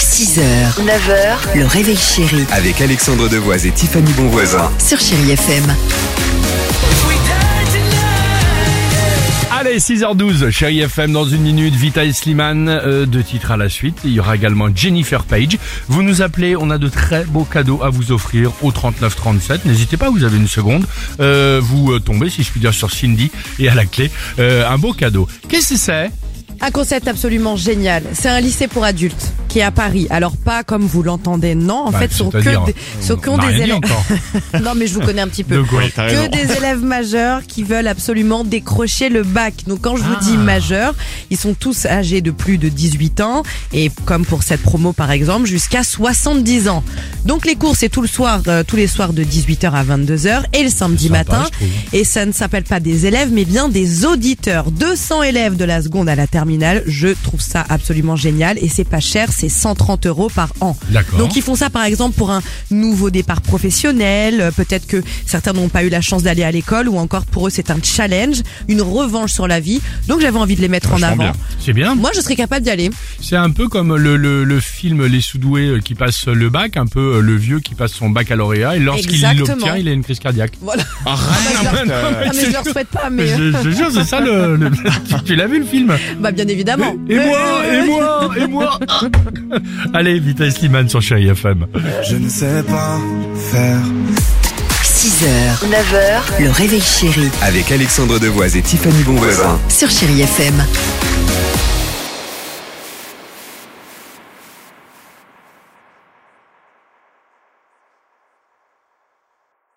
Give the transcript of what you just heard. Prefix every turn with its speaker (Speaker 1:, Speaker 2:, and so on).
Speaker 1: 6h, 9h, le réveil chéri
Speaker 2: Avec Alexandre Devoise et Tiffany Bonvoisin.
Speaker 1: sur Chéri FM.
Speaker 3: Allez, 6h12, chérie FM, dans une minute, Vita et Slimane, euh, deux titres à la suite. Il y aura également Jennifer Page. Vous nous appelez, on a de très beaux cadeaux à vous offrir au 3937. N'hésitez pas, vous avez une seconde. Euh, vous euh, tombez, si je puis dire, sur Cindy et à la clé, euh, un beau cadeau. Qu'est-ce que c'est
Speaker 4: Un concept absolument génial. C'est un lycée pour adultes qui est à Paris. Alors pas comme vous l'entendez, non. En
Speaker 3: Bah,
Speaker 4: fait, ce sont que
Speaker 3: c'est-à-dire,
Speaker 4: des, ce
Speaker 3: on
Speaker 4: sont
Speaker 3: n'a
Speaker 4: des
Speaker 3: rien dit
Speaker 4: élèves.
Speaker 3: encore.
Speaker 4: non, mais je vous connais un petit peu.
Speaker 3: De quoi
Speaker 4: que des élèves majeurs qui veulent absolument décrocher le bac. Donc quand je vous
Speaker 3: Ah.
Speaker 4: dis majeurs, ils sont tous âgés de plus de 18 ans et comme pour cette promo par exemple, jusqu'à 70 ans. Donc les cours c'est tout le soir euh, tous les soirs de 18h à 22h et le samedi
Speaker 3: sympa,
Speaker 4: matin
Speaker 3: je trouve.
Speaker 4: et ça ne s'appelle pas des élèves mais bien des auditeurs. 200 élèves de la seconde à la terminale, je trouve ça absolument génial et c'est pas cher, c'est 130 euros par an.
Speaker 3: D'accord.
Speaker 4: Donc ils font ça par exemple pour un nouveau départ professionnel, euh, peut-être que certains n'ont pas eu la chance d'aller à l'école ou encore pour eux c'est un challenge, une revanche sur la vie. Donc j'avais envie de les mettre en
Speaker 3: Franchement
Speaker 4: avant.
Speaker 3: bien. C'est bien.
Speaker 4: Moi je serais capable d'y aller.
Speaker 3: C'est un peu comme le, le, le film Les Soudoués euh, qui passe le bac, un peu euh, le vieux qui passe son baccalauréat et lorsqu'il
Speaker 4: Exactement.
Speaker 3: l'obtient, il a une crise cardiaque.
Speaker 4: Voilà.
Speaker 3: Arrête,
Speaker 4: Ah,
Speaker 3: non, mais
Speaker 4: Ah, mais
Speaker 3: c'est-
Speaker 4: je leur souhaite pas mais euh,
Speaker 3: Je, je jure, c'est ça le. le- tu- tu l'as vu le film
Speaker 4: bah bien évidemment.
Speaker 3: Et
Speaker 4: Mais-
Speaker 3: moi, et moi, et moi Allez, vitesse Slimane sur Chéri FM.
Speaker 5: Je ne sais pas faire.
Speaker 1: 6h, 9h, le réveil chéri
Speaker 2: Avec Alexandre Devoise et Tiffany Bonvoisin.
Speaker 1: sur Chéri FM.